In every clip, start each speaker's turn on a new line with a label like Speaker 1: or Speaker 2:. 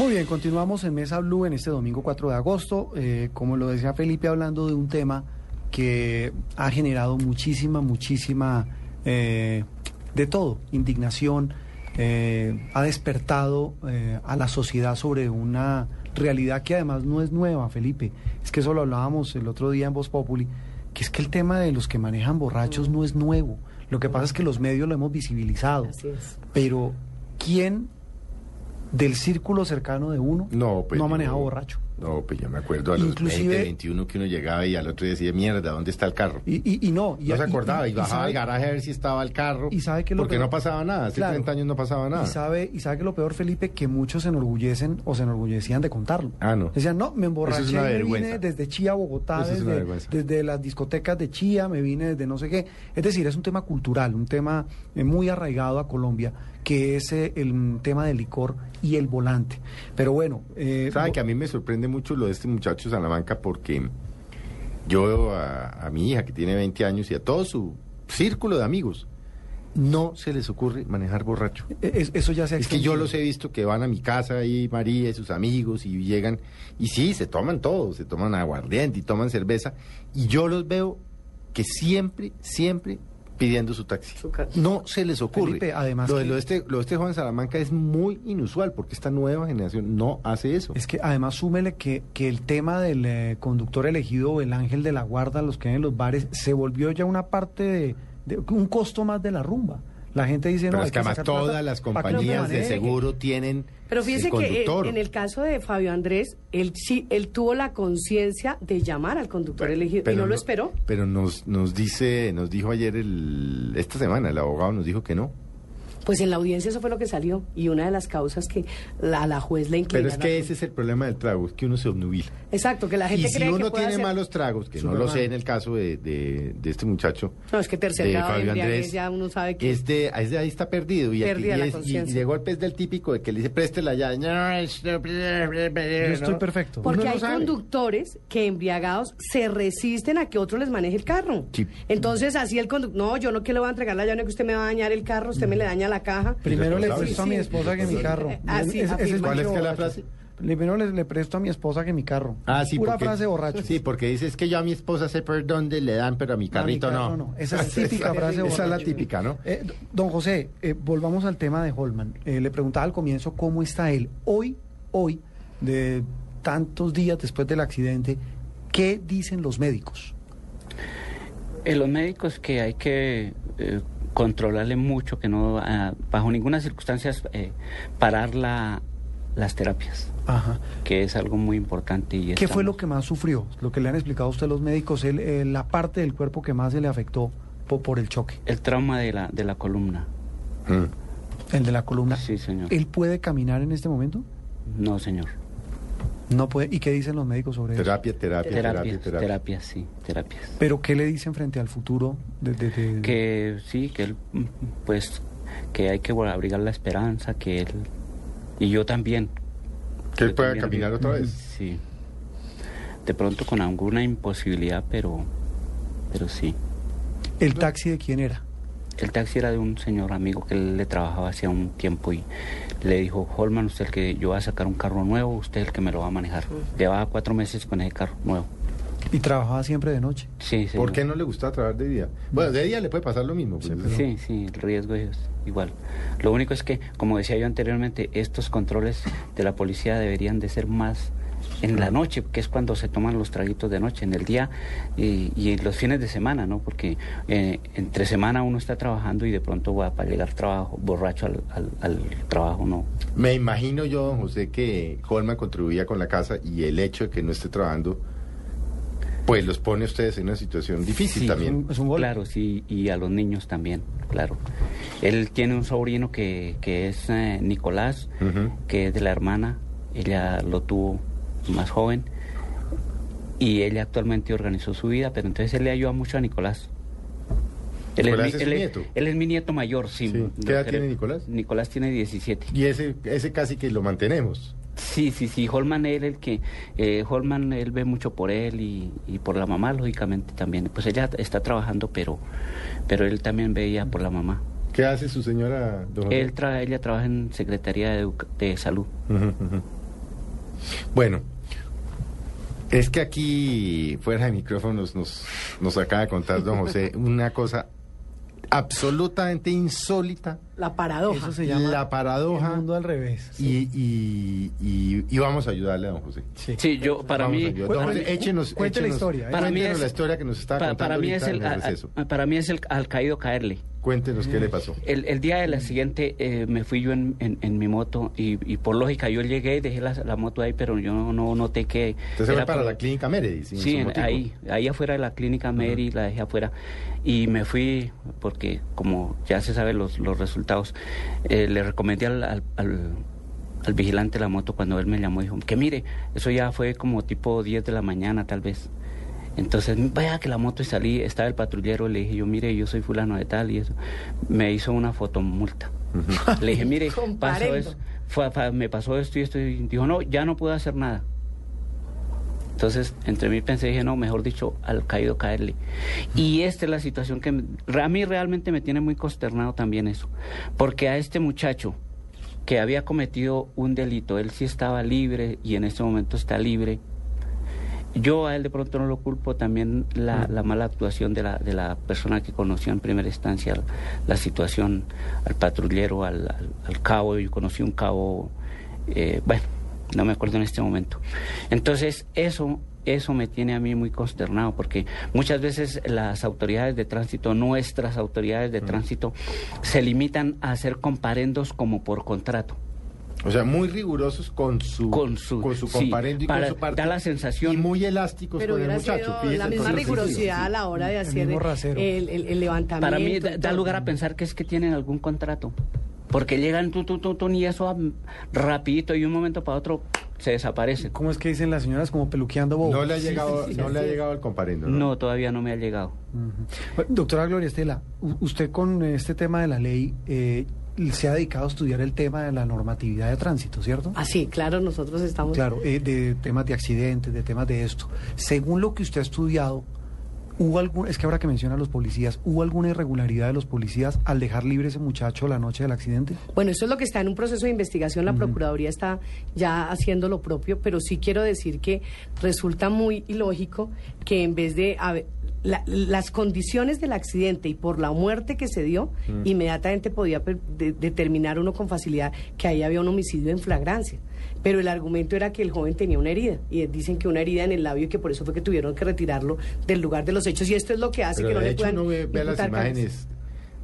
Speaker 1: Muy bien, continuamos en Mesa Blue en este domingo 4 de agosto. Eh, como lo decía Felipe, hablando de un tema que ha generado muchísima, muchísima eh, de todo, indignación, eh, ha despertado eh, a la sociedad sobre una realidad que además no es nueva, Felipe. Es que eso lo hablábamos el otro día en Voz Populi, que es que el tema de los que manejan borrachos no es nuevo. Lo que pasa es que los medios lo hemos visibilizado.
Speaker 2: Así es.
Speaker 1: Pero ¿quién del círculo cercano de uno
Speaker 3: No, pues.
Speaker 1: no ha manejado
Speaker 3: yo-
Speaker 1: borracho?
Speaker 3: No, pues yo me acuerdo a los
Speaker 1: Inclusive-
Speaker 3: 20, 21 que uno llegaba y al otro día decía, mierda, ¿dónde está el carro?
Speaker 1: Y, y- y no. Y,
Speaker 3: no se
Speaker 1: y-
Speaker 3: acordaba y,
Speaker 1: y
Speaker 3: bajaba
Speaker 1: sabe-
Speaker 3: al garaje a ver si estaba el carro.
Speaker 1: y sabe que lo
Speaker 3: Porque
Speaker 1: peor-
Speaker 3: no pasaba nada, hace
Speaker 1: Claro.
Speaker 3: 30 años no pasaba nada.
Speaker 1: Y sabe, y sabe que lo peor, Felipe, que muchos se enorgullecen o se enorgullecían de contarlo.
Speaker 3: Ah, no.
Speaker 1: Decían, no, me emborraché,
Speaker 3: Eso es una
Speaker 1: me
Speaker 3: vergüenza.
Speaker 1: vine desde Chía a Bogotá,
Speaker 3: Eso es una
Speaker 1: desde,
Speaker 3: vergüenza.
Speaker 1: desde las discotecas de Chía, me vine desde no sé qué. Es decir, es un tema cultural, un tema eh, muy arraigado a Colombia, que es eh, el mm, tema del licor y el volante. Pero bueno, eh,
Speaker 3: Sabe
Speaker 1: bo-
Speaker 3: que a mí me sorprende mucho lo de este muchacho Salamanca porque yo veo a, a mi hija que tiene 20 años y a todo su círculo de amigos. No se les ocurre manejar borracho.
Speaker 1: es- e-, eso ya se ha
Speaker 3: Es que yo
Speaker 1: extendido.
Speaker 3: los he visto que van a mi casa y María y sus amigos y llegan y sí, se toman todo, se toman aguardiente y toman cerveza y yo los veo que siempre, siempre pidiendo su taxi.
Speaker 2: Su ca-
Speaker 3: No se les ocurre.
Speaker 1: Felipe, además
Speaker 3: lo, de-
Speaker 1: que-
Speaker 3: lo de este, lo de este Juan Salamanca es muy inusual porque esta nueva generación no hace eso.
Speaker 1: Es que además súmele que, que el tema del eh, conductor elegido o el ángel de la guarda, los que hay en los bares, se volvió ya una parte de, de- un costo más de la rumba. La gente dice,
Speaker 3: Pero
Speaker 1: no,
Speaker 3: es
Speaker 1: hay
Speaker 3: que además
Speaker 1: sacar plata
Speaker 3: todas las
Speaker 1: para que
Speaker 3: compañías de
Speaker 1: maneje".
Speaker 3: seguro tienen
Speaker 4: Pero fíjese
Speaker 3: el
Speaker 4: que eh,
Speaker 3: conductor.
Speaker 4: en el caso de Fabio Andrés, él sí, él tuvo la conciencia de llamar al conductor elegido y no, lo esperó.
Speaker 3: Pero nos, nos dice, nos dijo ayer el, esta semana, el abogado nos dijo que no.
Speaker 4: Pues en la audiencia eso fue lo que salió y una de las causas que la, a la juez le inclinó.
Speaker 3: Pero es que ese es el problema del trago, es que uno se obnubila.
Speaker 4: Exacto, que la gente
Speaker 3: y si
Speaker 4: cree
Speaker 3: uno
Speaker 4: que puede
Speaker 3: tiene
Speaker 4: hacer-
Speaker 3: malos tragos, que no
Speaker 1: Superman.
Speaker 3: lo sé en el caso de, de- de este muchacho.
Speaker 4: No, es que tercer
Speaker 3: de
Speaker 4: grado de
Speaker 3: Fabio
Speaker 4: embriaguez,
Speaker 3: Andrés,
Speaker 4: ya uno sabe que-
Speaker 3: Es de, es de ahí está perdido. Y,
Speaker 4: Pérdida de la
Speaker 3: y es- y
Speaker 4: conciencia.
Speaker 3: llegó el pez del típico de que le dice, préstela ya. No, es- no,
Speaker 1: Yo estoy
Speaker 3: no.
Speaker 1: perfecto.
Speaker 3: Uno
Speaker 4: Porque
Speaker 3: no
Speaker 4: hay
Speaker 3: sabe.
Speaker 4: conductores que embriagados se resisten a que otro les maneje el carro.
Speaker 3: Sí.
Speaker 4: Entonces, así el conductor, no, yo no que le voy a entregar la llave, que usted me va a dañar el carro, usted me le daña la caja.
Speaker 1: Primero le
Speaker 3: Irresponsable.
Speaker 1: presto a
Speaker 4: Sí,
Speaker 1: mi
Speaker 4: sí.
Speaker 1: esposa que mi carro.
Speaker 4: Ah, sí, afirma.
Speaker 3: ¿Cuál es que la
Speaker 1: borracho.
Speaker 3: frase?
Speaker 1: Primero le, le presto a mi esposa que mi carro.
Speaker 3: Ah, sí,
Speaker 1: Pura
Speaker 3: porque-
Speaker 1: frase borracho.
Speaker 3: Sí, porque dice, es que yo a mi esposa sé por dónde le dan, pero a mi carrito
Speaker 1: carro
Speaker 3: no.
Speaker 1: no. Esa es típica frase
Speaker 3: Esa es la
Speaker 1: borracho.
Speaker 3: típica, ¿no?
Speaker 1: Eh, d- don José, eh, volvamos al tema de Holman. Eh, le preguntaba al comienzo cómo está él. Hoy, hoy, de tantos días después del accidente, ¿qué dicen los médicos?
Speaker 5: Eh, los médicos que hay que eh, controlarle mucho, que no, ah, bajo ninguna circunstancia, eh, parar la- las terapias,
Speaker 1: Ajá.
Speaker 5: que es algo muy importante. Y
Speaker 1: ¿Qué fue lo
Speaker 5: estamos-
Speaker 1: que más sufrió? Lo que le han explicado a usted los médicos, él, eh, la parte del cuerpo que más se le afectó po- por el choque,
Speaker 5: El trauma de la, de la columna.
Speaker 3: Mm.
Speaker 1: el de la columna.
Speaker 5: Sí, señor.
Speaker 1: ¿Él puede caminar en este momento?
Speaker 5: No, señor.
Speaker 1: No puede. ¿Y qué dicen los médicos sobre eso?
Speaker 3: Terapia, terapia, terapia,
Speaker 5: Terapias,
Speaker 3: terapia.
Speaker 5: terapias, sí, terapias.
Speaker 1: ¿Pero qué le dicen frente al futuro? de- de- de-
Speaker 5: Que sí, que él, mm, pues, que hay que bueno, abrigar la esperanza, que él, y yo también.
Speaker 3: Que él
Speaker 5: Yo
Speaker 3: pueda
Speaker 5: también. "Mm,
Speaker 3: caminar otra vez.
Speaker 5: Sí. De pronto con alguna imposibilidad, pero, pero sí.
Speaker 1: ¿El taxi de quién era?
Speaker 5: El taxi era de un señor amigo que él le trabajaba hacía un tiempo y le dijo, Holman, usted es el que yo voy a sacar un carro nuevo, usted es el que me lo va a manejar. Llevaba cuatro meses con ese carro nuevo.
Speaker 1: Y trabajaba siempre de noche.
Speaker 5: Sí, señor.
Speaker 3: ¿Por qué no le gusta trabajar de día? Bueno, de día le puede pasar lo mismo. pues, ¿no?
Speaker 5: Sí, sí, el riesgo es igual. Lo único es que, como decía yo anteriormente, estos controles de la policía deberían de ser más en la noche, que es cuando se toman los traguitos de noche, en el día y, y los fines de semana, ¿no? Porque eh, entre semana uno está trabajando y de pronto va para llegar trabajo, borracho al, al- al trabajo, no.
Speaker 3: Me imagino yo, don José, que Holman contribuía con la casa y el hecho de que no esté trabajando pues los pone a ustedes en una situación difícil
Speaker 1: Sí,
Speaker 3: también.
Speaker 1: Es un, es un gol.
Speaker 5: Claro, sí, y a los niños también, claro. Él tiene un sobrino que, que es eh, Nicolás,
Speaker 3: Ujú.
Speaker 5: que es de la hermana, ella lo tuvo más joven, y él actualmente organizó su vida, pero entonces él le ayuda mucho a Nicolás.
Speaker 3: ¿Nicolás
Speaker 5: mi-
Speaker 3: es su nieto?
Speaker 5: él es mi nieto mayor, sí.
Speaker 3: Sí. ¿Qué edad tiene Nicolás?
Speaker 5: Nicolás tiene 17.
Speaker 3: Y ese, ese casi que lo mantenemos.
Speaker 5: Sí, sí, sí, Holman él el que eh, Holman él ve mucho por él y, y por la mamá lógicamente también. Pues ella está trabajando, pero pero él también veía por la mamá.
Speaker 3: ¿Qué hace su señora? don Jorge?
Speaker 5: Él tra- ella trabaja en Secretaría de, Educa- de Salud.
Speaker 3: Ujú, ujú. Bueno, es que aquí, fuera de micrófonos, nos, nos acaba de contar don José una cosa absolutamente insólita,
Speaker 4: La paradoja.
Speaker 1: Eso se llama
Speaker 3: la
Speaker 1: el
Speaker 3: paradoja,
Speaker 1: mundo al revés.
Speaker 3: y, y- y- y vamos a ayudarle a don José.
Speaker 5: Sí, yo para
Speaker 3: Vamos a
Speaker 5: mí
Speaker 3: ayudarle.
Speaker 1: para
Speaker 3: Don José,
Speaker 1: mí-
Speaker 3: échenos,
Speaker 1: cuente la
Speaker 3: échenos-
Speaker 1: historia, ¿eh?
Speaker 5: Para mí
Speaker 3: cuéntenos
Speaker 5: es-
Speaker 3: la historia que nos está
Speaker 5: pa- para,
Speaker 3: contando
Speaker 5: mí
Speaker 3: ahorita
Speaker 5: es el
Speaker 3: en el
Speaker 5: a-
Speaker 3: receso.
Speaker 5: a- para mí es el al caído caerle.
Speaker 3: Cuéntenos
Speaker 1: Mm.
Speaker 3: qué le pasó.
Speaker 5: El, el día de la siguiente eh, me fui yo en, en- en mi moto y, y por lógica yo llegué y dejé la, la moto ahí, pero yo no noté que...
Speaker 3: Entonces se
Speaker 5: era
Speaker 3: va para
Speaker 5: por-
Speaker 3: la clínica Meredith. sin
Speaker 5: Sí,
Speaker 3: su
Speaker 5: en-
Speaker 3: motivo.
Speaker 5: ahí, ahí afuera de la clínica Mary, la dejé afuera y me fui porque como ya se sabe los, los resultados, eh, le recomendé al, al- al- al vigilante de la moto cuando él me llamó, dijo, que mire, eso ya fue como tipo 10 de la mañana tal vez. Entonces, vaya que la moto y salí, estaba el patrullero, le dije yo, mire, yo soy fulano de tal y eso. Me hizo una fotomulta. Le dije, mire, pasó
Speaker 4: Comparendo.
Speaker 5: eso, fue- fue- me pasó esto y esto. Y dijo, no, ya no puedo hacer nada. Entonces, entre mí pensé, dije, no, mejor dicho, al caído caerle. Y esta es la situación que me- re- a mí realmente me tiene muy consternado también eso. Porque a este muchacho que había cometido un delito, él sí estaba libre y en este momento está libre. Yo a él de pronto no lo culpo, también la, la mala actuación de la, de la persona que conoció en primera instancia la, la situación, al patrullero, al, al- al cabo, yo conocí un cabo, eh, bueno, no me acuerdo en este momento. Entonces, eso, eso me tiene a mí muy consternado, porque muchas veces las autoridades de tránsito, nuestras autoridades de tránsito, se limitan a hacer comparendos como por contrato.
Speaker 3: O sea, muy rigurosos con su,
Speaker 5: Con su- sí,
Speaker 3: comparendo y
Speaker 5: para-
Speaker 3: con su parte.
Speaker 5: da la sensación-
Speaker 3: Y muy elásticos
Speaker 4: Pero
Speaker 3: con el
Speaker 4: hubiera
Speaker 3: muchacho.
Speaker 4: sido
Speaker 3: fíjese
Speaker 4: la
Speaker 3: con
Speaker 4: misma
Speaker 3: los sentidos.
Speaker 4: rigurosidad a la hora de hacer
Speaker 1: mismo
Speaker 4: el,
Speaker 1: rasero.
Speaker 4: el- el levantamiento.
Speaker 5: Para mí
Speaker 4: y
Speaker 5: da, da
Speaker 4: todo.
Speaker 5: lugar a pensar que es que tienen algún contrato. Porque llegan tú, tú, tú, tú, y eso ah, rapidito y de un momento para otro se desaparecen.
Speaker 1: ¿Cómo es que dicen las señoras como peluqueando bobos?
Speaker 3: No le ha llegado, no le ha llegado el comparendo. ¿no?
Speaker 5: No, todavía no me ha llegado.
Speaker 1: Ujú. Doctora Gloria Estela, u- usted con este tema de la ley eh, se ha dedicado a estudiar el tema de la normatividad de tránsito, ¿cierto?
Speaker 4: Ah, sí, claro, nosotros estamos.
Speaker 1: Claro, eh, de temas de accidentes, de temas de esto. Según lo que usted ha estudiado, ¿hubo algún, es que ahora que menciona a los policías, ¿hubo alguna irregularidad de los policías al dejar libre ese muchacho la noche del accidente?
Speaker 4: Bueno, eso es lo que está en un proceso de investigación. La Procuraduría está ya haciendo lo propio, pero sí quiero decir que resulta muy ilógico que en vez de... a ver, la- las condiciones del accidente y por la muerte que se dio, inmediatamente podía per- de- determinar uno con facilidad que ahí había un homicidio en flagrancia. Pero el argumento era que el joven tenía una herida. Y dicen que una herida en el labio y que por eso fue que tuvieron que retirarlo del lugar de los hechos. Y esto es lo que hace
Speaker 3: Pero
Speaker 4: que no
Speaker 3: de
Speaker 4: le
Speaker 3: hecho,
Speaker 4: puedan.
Speaker 3: uno ve, ve las
Speaker 4: imputar cargos.
Speaker 3: imágenes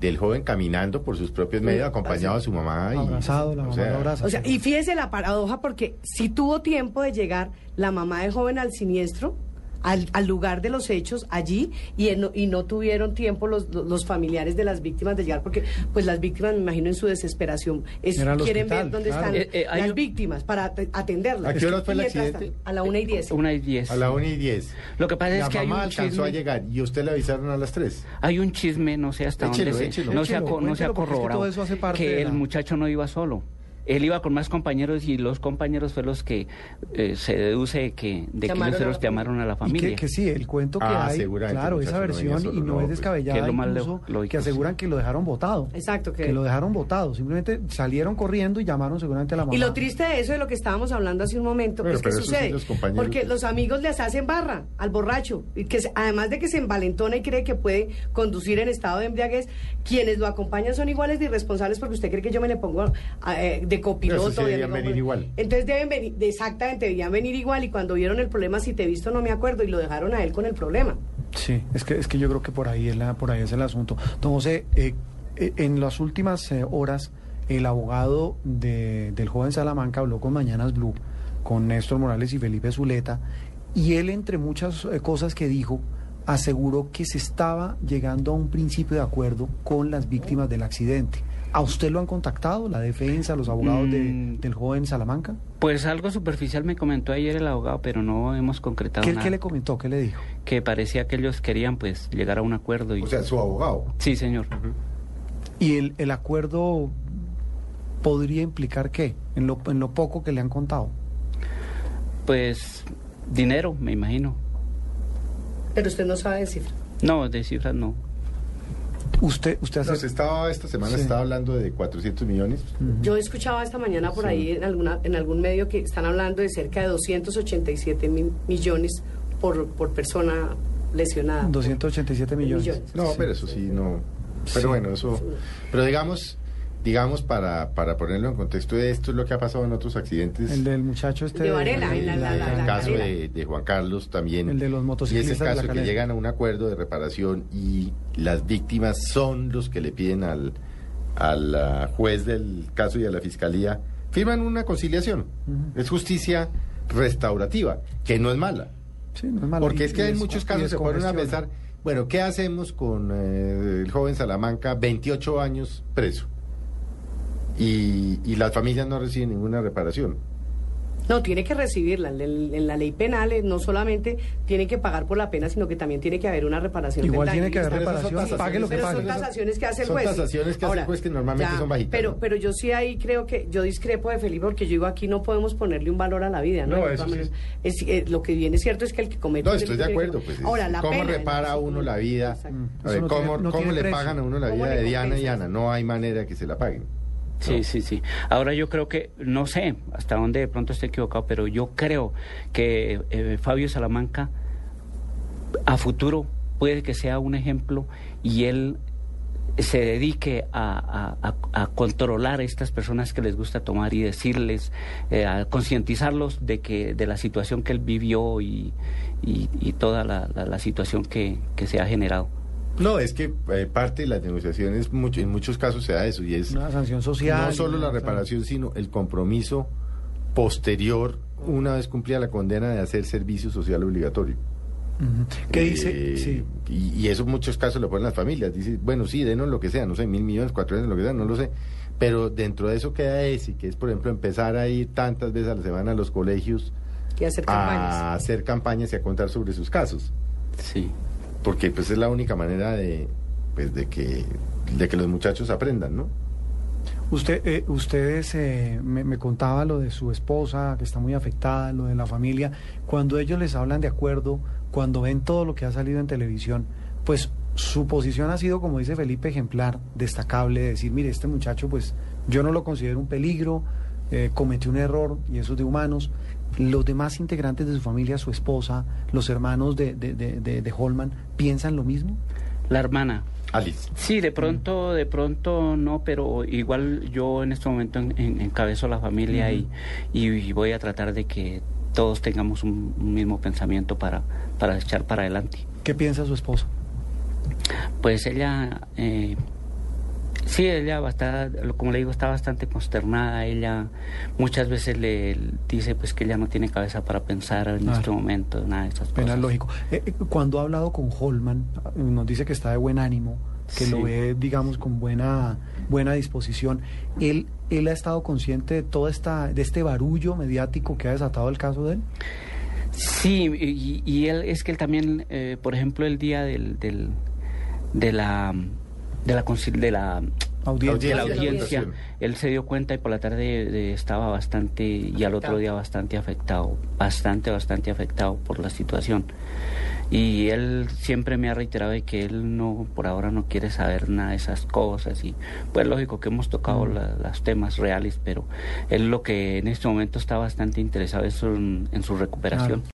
Speaker 3: del joven caminando por sus propios medios, acompañado de su mamá. Y,
Speaker 1: Abrazado, la
Speaker 3: o
Speaker 1: mamá
Speaker 3: sea,
Speaker 1: lo abraza.
Speaker 4: O sea, y fíjese la paradoja porque si tuvo tiempo de llegar la mamá de joven al siniestro, al, al lugar de los hechos, allí, y, en- y no tuvieron tiempo los, los familiares de las víctimas de llegar, porque pues las víctimas, me imagino, en su desesperación, es-
Speaker 1: Era al
Speaker 4: quieren
Speaker 1: hospital,
Speaker 4: ver dónde
Speaker 1: claro.
Speaker 4: están
Speaker 5: Eh, eh, hay
Speaker 4: las
Speaker 5: un-
Speaker 4: víctimas para at- atenderlas.
Speaker 3: ¿A qué hora fue el
Speaker 4: Y mientras
Speaker 3: accidente?
Speaker 4: tanto, A la una y diez.
Speaker 5: Una y diez.
Speaker 3: A la 1 y 10.
Speaker 5: Lo que pasa
Speaker 3: la
Speaker 5: es que hay
Speaker 3: mamá
Speaker 5: un
Speaker 3: alcanzó a
Speaker 5: chisme.
Speaker 3: llegar y usted le avisaron a las 3.
Speaker 5: Hay un chisme, no sé hasta
Speaker 3: Échelo,
Speaker 5: dónde se,
Speaker 3: échelo.
Speaker 5: no, se ha,
Speaker 1: Échelo,
Speaker 5: co- no se ha
Speaker 1: cuéntelo, porque es que
Speaker 5: corroborado
Speaker 1: todo eso hace parte
Speaker 5: que
Speaker 1: de
Speaker 5: el
Speaker 1: la-
Speaker 5: muchacho no iba solo. Él iba con más compañeros y los compañeros fueron los que eh, se deduce de que, de que
Speaker 4: Llamaron
Speaker 5: ellos
Speaker 4: a
Speaker 5: se
Speaker 4: la
Speaker 5: los llamaron a la
Speaker 1: Y
Speaker 5: familia.
Speaker 1: que, que sí, el cuento que
Speaker 3: Ah,
Speaker 1: hay,
Speaker 3: seguramente,
Speaker 1: claro,
Speaker 3: muchacho,
Speaker 1: esa
Speaker 3: no venía
Speaker 1: versión
Speaker 3: solo,
Speaker 1: y no,
Speaker 3: no,
Speaker 1: es
Speaker 3: pues.
Speaker 1: descabellada,
Speaker 5: Que es lo más
Speaker 1: incluso,
Speaker 5: lo- lógico,
Speaker 1: que aseguran
Speaker 5: sí.
Speaker 1: que lo dejaron votado.
Speaker 4: Exacto, que-
Speaker 1: que lo dejaron votado, simplemente salieron corriendo y llamaron seguramente a la mamá.
Speaker 4: Y lo triste de eso, de lo que estábamos hablando hace un momento,
Speaker 3: Bueno,
Speaker 4: es que
Speaker 3: pero eso sí,
Speaker 4: sucede.
Speaker 3: los compañeros- pues.
Speaker 4: porque los amigos les hacen barra al borracho. Y que se- además de que se envalentona y cree que puede conducir en estado de embriaguez, quienes lo acompañan son iguales de irresponsables porque usted cree que yo me le pongo a- eh, de
Speaker 3: Eso
Speaker 4: copiloto.
Speaker 3: sí
Speaker 4: de
Speaker 3: deberían
Speaker 4: amigo,
Speaker 3: venir
Speaker 4: bueno.
Speaker 3: igual.
Speaker 4: Entonces deben venir, de- exactamente, debían venir igual. Y cuando vieron el problema, si te he visto, no me acuerdo. Y lo dejaron a él con el problema.
Speaker 1: Sí, es que, es que yo creo que por ahí es, la, por ahí es el asunto. Don José, eh, eh, en las últimas eh, horas, el abogado de- del joven Salamanca habló con Mañanas Blue, con Néstor Morales y Felipe Zuleta, Y él, entre muchas eh, cosas que dijo, aseguró que se estaba llegando a un principio de acuerdo con las víctimas del accidente. ¿A usted lo han contactado, la defensa, los abogados de-
Speaker 5: Mm.
Speaker 1: del joven Salamanca?
Speaker 5: Pues algo superficial me comentó ayer el abogado, pero no hemos concretado
Speaker 1: ¿Qué,
Speaker 5: nada.
Speaker 1: qué le comentó? ¿Qué le dijo?
Speaker 5: Que parecía que ellos querían pues llegar a un acuerdo. Y...
Speaker 3: O sea, su abogado.
Speaker 5: Sí, señor.
Speaker 1: ¿Y el, el acuerdo podría implicar qué? En lo, en lo poco que le han contado.
Speaker 5: Pues dinero, me imagino.
Speaker 4: Pero usted no sabe decir.
Speaker 5: No, de cifras no.
Speaker 1: ¿Usted, usted hace...
Speaker 3: No, se estaba, esta semana
Speaker 1: Sí.
Speaker 3: estaba hablando de 400 millones.
Speaker 4: Yo escuchaba esta mañana por
Speaker 3: Sí.
Speaker 4: ahí en, alguna, en algún medio que están hablando de cerca de 287 mil millones por, por persona lesionada.
Speaker 1: 287 millones.
Speaker 4: Millones.
Speaker 3: No, pero eso sí, no. Pero bueno, eso. Pero digamos, digamos para, para ponerlo en contexto de esto, es lo que ha pasado en otros accidentes.
Speaker 1: El del muchacho este...
Speaker 4: De Varela, en la- la- la-
Speaker 3: el
Speaker 4: la-
Speaker 3: caso
Speaker 4: cadena.
Speaker 3: de, de Juan Carlos también.
Speaker 1: El de los motociclistas
Speaker 3: Y es el
Speaker 1: de la
Speaker 3: caso que
Speaker 1: cadena.
Speaker 3: llegan a un acuerdo de reparación y las víctimas son los que le piden al, al ah, juez del caso y a la fiscalía, firman una conciliación. Es justicia restaurativa, que no es mala.
Speaker 1: Sí, no es malo.
Speaker 3: Porque
Speaker 1: Y-
Speaker 3: es que
Speaker 1: y
Speaker 3: en muchos
Speaker 1: y
Speaker 3: casos se ponen a
Speaker 1: descongestiona.
Speaker 3: pensar, bueno, ¿qué hacemos con eh, el joven Salamanca, 28 años preso? Y, y las familias no reciben ninguna reparación.
Speaker 4: No, tiene que recibirla. En, el- en la ley penal eh, no solamente tiene que pagar por la pena, sino que también tiene que haber una reparación. del
Speaker 1: Igual
Speaker 4: daño.
Speaker 1: tiene que haber
Speaker 3: Pero esas son
Speaker 1: reparación,
Speaker 3: tasaciones,
Speaker 1: pague lo que
Speaker 4: Pero
Speaker 1: pague.
Speaker 4: son tasaciones que hace el
Speaker 3: Son
Speaker 4: juez.
Speaker 3: tasaciones que hace el juez que normalmente son bajitas,
Speaker 4: Pero,
Speaker 3: ¿no?
Speaker 4: pero yo sí ahí creo que yo discrepo de Felipe porque yo digo aquí no podemos ponerle un valor a la vida. No,
Speaker 3: No,
Speaker 4: De
Speaker 3: eso
Speaker 4: todas
Speaker 3: sí.
Speaker 4: maneras, es- eh, lo que viene cierto es que el que comete.
Speaker 3: No,
Speaker 4: un
Speaker 3: estoy de
Speaker 4: delito tiene que-
Speaker 3: acuerdo. Pues, es-
Speaker 4: Ahora, la
Speaker 3: ¿Cómo
Speaker 4: pena,
Speaker 3: repara
Speaker 4: entonces,
Speaker 3: uno la vida?
Speaker 4: Exacto.
Speaker 3: A ver,
Speaker 1: Eso no
Speaker 3: ¿Cómo,
Speaker 1: tiene- no
Speaker 3: cómo
Speaker 1: tiene
Speaker 3: le
Speaker 1: precio.
Speaker 3: pagan a uno la
Speaker 4: ¿Cómo
Speaker 3: vida
Speaker 4: le
Speaker 3: de Diana y
Speaker 4: compensas?
Speaker 3: Ana? No hay manera que se la paguen.
Speaker 5: Sí, sí, sí. Ahora yo creo que, no sé hasta dónde de pronto esté equivocado, pero yo creo que eh, Fabio Salamanca a futuro puede que sea un ejemplo y él se dedique a, a- a- a controlar a estas personas que les gusta tomar y decirles, eh, a concientizarlos de que de la situación que él vivió y, y- y toda la, la- la situación que, que se ha generado.
Speaker 3: No, es que eh, parte de las negociaciones mucho- en muchos casos se da eso y es
Speaker 1: Una sanción social.
Speaker 3: no solo la
Speaker 1: una-
Speaker 3: reparación, sino el compromiso posterior, una vez cumplida la condena, de hacer servicio social obligatorio.
Speaker 1: Ujú. ¿Qué dice?
Speaker 3: Eh,
Speaker 1: Sí.
Speaker 3: y, y eso en muchos casos lo ponen las familias. Dicen, bueno, sí, denos lo que sea, no sé, mil millones, cuatro millones, lo que sea, no lo sé. Pero dentro de eso queda ese, que es, por ejemplo, empezar a ir tantas veces a la semana a los colegios
Speaker 4: Y hacer
Speaker 3: a
Speaker 4: campañas.
Speaker 3: hacer campañas y a contar sobre sus casos.
Speaker 5: Sí.
Speaker 3: Porque pues es la única manera de, pues, de, que, de que los muchachos aprendan, ¿no?
Speaker 1: Usted, eh, ustedes eh, me, me contaba lo de su esposa, que está muy afectada, lo de la familia. Cuando ellos les hablan de acuerdo, cuando ven todo lo que ha salido en televisión, pues su posición ha sido, como dice Felipe, ejemplar, destacable, de decir, mire, este muchacho, pues yo no lo considero un peligro, eh, cometió un error y eso es de humanos. Los demás integrantes de su familia, su esposa, los hermanos de, de, de, de- de Holman, ¿piensan lo mismo?
Speaker 5: La hermana,
Speaker 3: Alice.
Speaker 5: Sí,
Speaker 1: Mm.
Speaker 5: de pronto, de pronto no, pero igual yo en este momento en- en- encabezo la familia y- y, y voy a tratar de que todos tengamos un, un mismo pensamiento para, para echar para adelante.
Speaker 1: ¿Qué piensa su esposa?
Speaker 5: Pues ella, eh, sí, ella está, como le digo, está bastante consternada. Ella muchas veces le dice pues que ella no tiene cabeza para pensar en
Speaker 1: Claro.
Speaker 5: este momento, nada de esas
Speaker 1: Penal
Speaker 5: cosas.
Speaker 1: lógico. Eh, eh, cuando ha hablado con Holman, eh, nos dice que está de buen ánimo, que lo
Speaker 5: Sí.
Speaker 1: ve, digamos, con buena, buena disposición. ¿Él, ¿Él ha estado consciente de todo esta, de este barullo mediático que ha desatado el caso de él?
Speaker 5: Sí, y, y él es que él también, eh, por ejemplo, el día del, del- de la de la concil- de la, de
Speaker 3: Audiencia.
Speaker 5: la
Speaker 3: Sí, de la
Speaker 5: audiencia,
Speaker 3: audiencia.
Speaker 5: él se dio cuenta y por la tarde eh, estaba bastante y al otro día bastante afectado, bastante bastante afectado por la situación. Y él siempre me ha reiterado de que él no por ahora no quiere saber nada de esas cosas y pues lógico que hemos tocado la- los temas reales, pero él lo que en este momento está bastante interesado es en, en su recuperación.